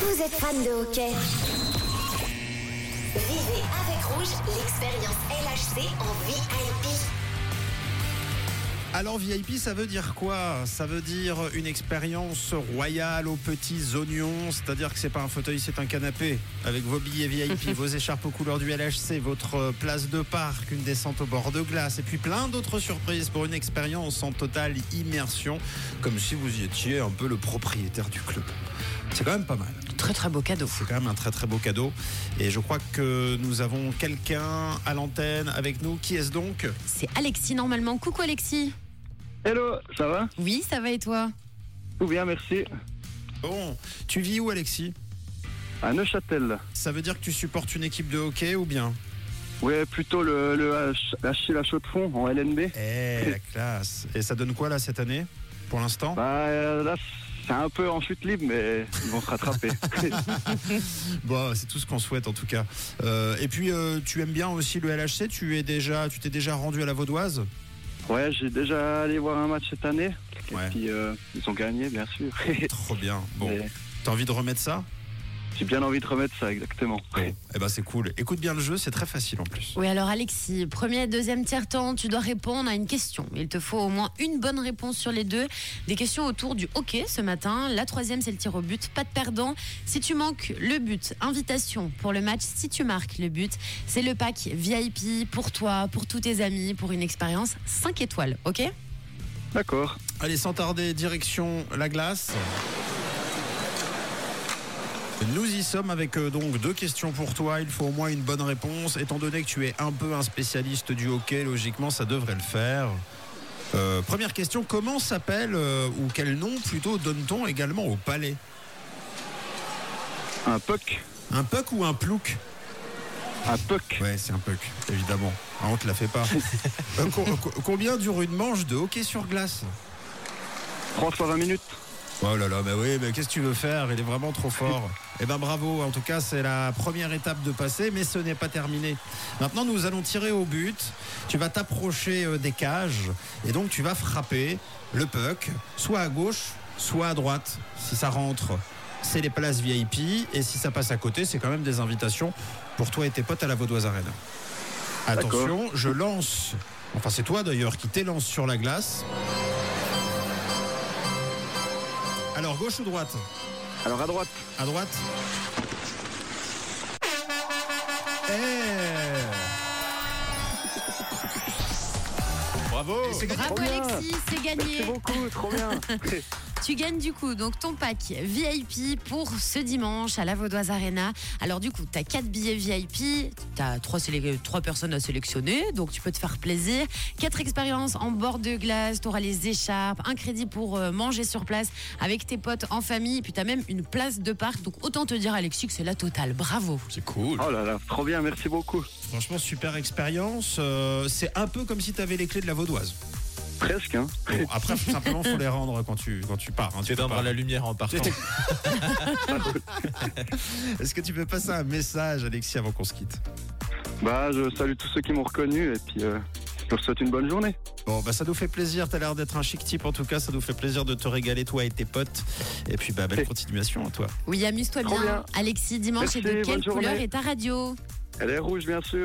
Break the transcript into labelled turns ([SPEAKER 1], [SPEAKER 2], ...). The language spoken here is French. [SPEAKER 1] Vous êtes fan de hockey Vivez avec Rouge l'expérience LHC en VIP.
[SPEAKER 2] Alors VIP, ça veut dire quoi Ça veut dire une expérience royale aux petits oignons, c'est-à-dire que c'est pas un fauteuil, c'est un canapé avec vos billets VIP, vos écharpes aux couleurs du LHC, votre euh, place de parc, une descente au bord de glace et puis plein d'autres surprises pour une expérience en totale immersion, comme si vous y étiez un peu le propriétaire du club. C'est quand même pas mal.
[SPEAKER 3] Très très beau cadeau.
[SPEAKER 2] C'est quand même un très très beau cadeau et je crois que nous avons quelqu'un à l'antenne avec nous. Qui est-ce donc
[SPEAKER 3] C'est Alexis normalement. Coucou Alexis.
[SPEAKER 4] Hello, ça va
[SPEAKER 3] Oui, ça va et toi
[SPEAKER 4] Tout bien, merci.
[SPEAKER 2] Bon, tu vis où Alexis
[SPEAKER 4] À Neuchâtel.
[SPEAKER 2] Ça veut dire que tu supportes une équipe de hockey ou bien
[SPEAKER 4] Ouais, plutôt le, le H- la Ch- la Chaux-de-Fonds en LNB.
[SPEAKER 2] Eh, la classe Et ça donne quoi là cette année Pour l'instant
[SPEAKER 4] Bah euh, là, c'est un peu en chute libre, mais ils vont se rattraper.
[SPEAKER 2] Bon, Bah, c'est tout ce qu'on souhaite en tout cas. Euh, et puis, euh, tu aimes bien aussi le LHC Tu es déjà, tu t'es déjà rendu à la Vaudoise
[SPEAKER 4] ouais, j'ai déjà allé voir un match cette année.
[SPEAKER 2] Ouais.
[SPEAKER 4] Et puis euh, ils ont gagné, bien sûr.
[SPEAKER 2] Trop bien. Bon,
[SPEAKER 4] Mais
[SPEAKER 2] t'as envie de remettre ça
[SPEAKER 4] J'ai bien envie de remettre ça, exactement.
[SPEAKER 2] Eh ben, c'est cool. Écoute bien le jeu, c'est très facile en plus.
[SPEAKER 3] Oui, alors Alexis, premier, deuxième, tiers temps, tu dois répondre à une question. Il te faut au moins une bonne réponse sur les deux. Des questions autour du hockey ce matin. La troisième, c'est le tir au but. Pas de perdant. Si tu manques le but, invitation pour le match. Si tu marques le but, c'est le pack VIP pour toi, pour tous tes amis, pour une expérience 5 étoiles. Ok
[SPEAKER 4] D'accord.
[SPEAKER 2] Allez, sans tarder, direction la glace. Nous y sommes avec euh, donc deux questions pour toi. Il faut au moins une bonne réponse. Étant donné que tu es un peu un spécialiste du hockey, logiquement, ça devrait le faire. Euh, première question, comment s'appelle euh, ou quel nom plutôt donne-t-on également au palais
[SPEAKER 4] Un puck.
[SPEAKER 2] Un puck ou un plouc
[SPEAKER 4] Un puck.
[SPEAKER 2] Ouais, c'est un puck, évidemment. Ah, on te la fait pas. Euh, co- co- combien dure une manche de hockey sur glace
[SPEAKER 4] 3 fois 20 minutes.
[SPEAKER 2] Oh là là, mais oui, mais qu'est-ce que tu veux faire Il est vraiment trop fort. Eh ben bravo, en tout cas c'est la première étape de passer, mais ce n'est pas terminé. Maintenant nous allons tirer au but. Tu vas t'approcher euh, des cages et donc tu vas frapper le puck, soit à gauche, soit à droite. Si ça rentre, c'est les places VIP et si ça passe à côté, c'est quand même des invitations pour toi et tes potes à la Vaudoise Arena. Attention, je lance. Enfin c'est toi d'ailleurs qui t'élance sur la glace. Alors gauche ou droite
[SPEAKER 4] Alors à droite.
[SPEAKER 2] à droite. Eh Bravo
[SPEAKER 3] Bravo
[SPEAKER 4] Trop bien. Bah,
[SPEAKER 3] Alexis, c'est
[SPEAKER 4] Merci
[SPEAKER 3] gagné.
[SPEAKER 4] beaucoup, trop bien.
[SPEAKER 3] Tu gagnes du coup donc ton pack VIP pour ce dimanche à la Vaudoise Arena. Alors du coup, tu as 4 billets VIP, tu as 3, personnes à sélectionner, donc tu peux te faire plaisir. 4 expériences en bord de glace, tu auras les écharpes, un crédit pour euh, manger sur place avec tes potes en famille, et puis tu as même une place de parc. Donc autant te dire Alexis que c'est la totale, bravo.
[SPEAKER 2] C'est cool.
[SPEAKER 4] Oh là là, trop bien, merci beaucoup.
[SPEAKER 2] Franchement, super expérience. Euh, c'est un peu comme si tu avais les clés de la vaudoise.
[SPEAKER 4] Presque, hein.
[SPEAKER 2] Bon, après, faut simplement, faut les rendre quand tu, quand tu pars. hein.
[SPEAKER 5] Tu
[SPEAKER 2] peux
[SPEAKER 5] éteindras
[SPEAKER 2] pas-
[SPEAKER 5] la lumière en partant.
[SPEAKER 2] Est-ce que tu peux passer un message, Alexis, avant qu'on se quitte
[SPEAKER 4] Bah, je salue tous ceux qui m'ont reconnu et puis euh, je vous souhaite une bonne journée.
[SPEAKER 2] Bon, bah, ça nous fait plaisir. T'as l'air d'être un chic type, en tout cas. Ça nous fait plaisir de te régaler, toi et tes potes. Et puis, bah, belle continuation à toi.
[SPEAKER 3] Oui, amuse-toi
[SPEAKER 4] Trop
[SPEAKER 3] bien.
[SPEAKER 4] bien.
[SPEAKER 3] Alexis, dimanche,
[SPEAKER 4] Merci,
[SPEAKER 3] et de
[SPEAKER 4] bonne
[SPEAKER 3] quelle couleur
[SPEAKER 4] journée.
[SPEAKER 3] est ta radio
[SPEAKER 4] Elle est rouge, bien sûr.